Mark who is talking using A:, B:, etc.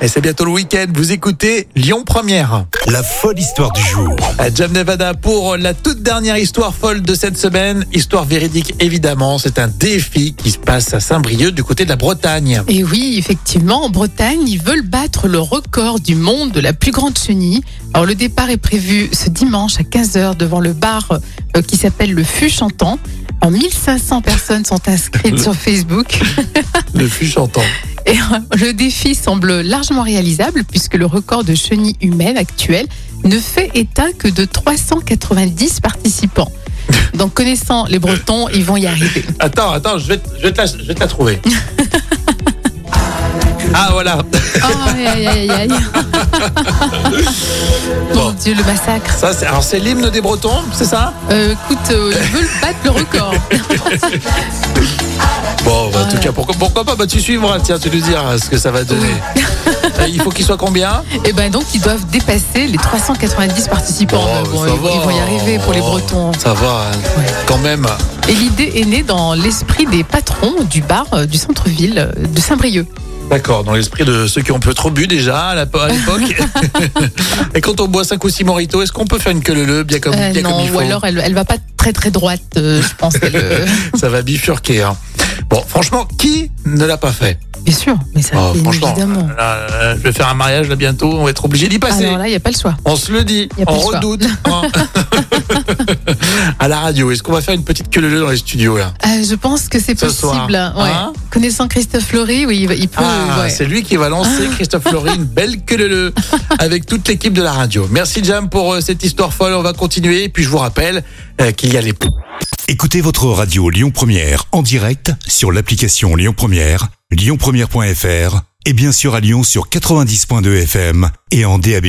A: Et c'est bientôt le week-end, vous écoutez Lyon Première.
B: La folle histoire du jour.
A: À Jam Nevada pour la toute dernière histoire folle de cette semaine. Histoire véridique évidemment, c'est un défi qui se passe à Saint-Brieuc du côté de la Bretagne.
C: Et oui, effectivement, en Bretagne, ils veulent battre le record du monde de la plus grande chenille. Alors le départ est prévu ce dimanche à 15h devant le bar euh, qui s'appelle le Fût Chantant. Alors, 1500 personnes sont inscrites sur Facebook
A: Le fût chantant.
C: et euh, le défi semble largement réalisable puisque le record de chenille humaine actuel ne fait état que de 390 participants. Donc connaissant les Bretons, ils vont y arriver.
A: Attends, attends, je vais, te- je vais te, la, je vais te la trouver. ah voilà,
C: Oh, aïe, aïe, aïe, aïe. Mon
A: Bon.
C: Dieu, le massacre.
A: ça c'est alors c'est l'hymne des Bretons, c'est ça
C: Euh, écoute, euh, ils veulent battre le record.
A: Bon, bah, en tout
C: Ouais.
A: cas, pourquoi, pourquoi pas bah, Tu suivras, tiens, tu nous diras ce que ça va donner. Euh, Il faut qu'il soit combien
C: Et ben donc, ils doivent dépasser les 390 participants.
A: Oh,
C: Mais bon,
A: ça
C: ils,
A: va.
C: ils vont y arriver pour les
A: Oh,
C: Bretons.
A: Ça va, hein. quand même.
C: Et l'idée est née dans l'esprit des patrons du bar euh, du centre-ville euh, de Saint-Brieuc.
A: D'accord, dans l'esprit de ceux qui ont un peu trop bu déjà à la- à l'époque. Et quand on boit 5 ou 6 moritos, est-ce qu'on peut faire une queue leu bien comme,
C: Euh,
A: bien comme
C: non,
A: il faut
C: ou alors elle, elle va pas très très droite, euh, je pense qu'elle. euh,
A: Ça va bifurquer. hein. Bon, franchement, qui ne l'a pas fait
C: Bien sûr, mais ça,
A: Oh,
C: bien
A: Franchement,
C: évidemment.
A: là, euh, je vais faire un mariage là bientôt, on va être obligé d'y passer.
C: Mm. Alors là, il n'y a pas le choix.
A: on se le dit,
C: Y a pas
A: on
C: le choix.
A: redoute. hein. à la radio, est-ce qu'on va faire une petite queue leu dans les studios là
C: Euh, je pense que c'est
A: Ce
C: possible.
A: soir,
C: hein, ouais.
A: hein
C: Connaissant Christophe Flory, oui, il va- il peut.
A: Ah,
C: ouais. Ah.
A: c'est lui qui va lancer Christophe Laurie, une belle queue leu avec toute l'équipe de la radio. Merci Jam pour euh, cette histoire folle. On va continuer. Et puis je vous rappelle euh, qu'il y a les
B: Écoutez votre radio Lyon Première en direct sur l'application Lyon Première, lyonpremière.fr et bien sûr à Lyon sur 90.2 FM et en DAB+.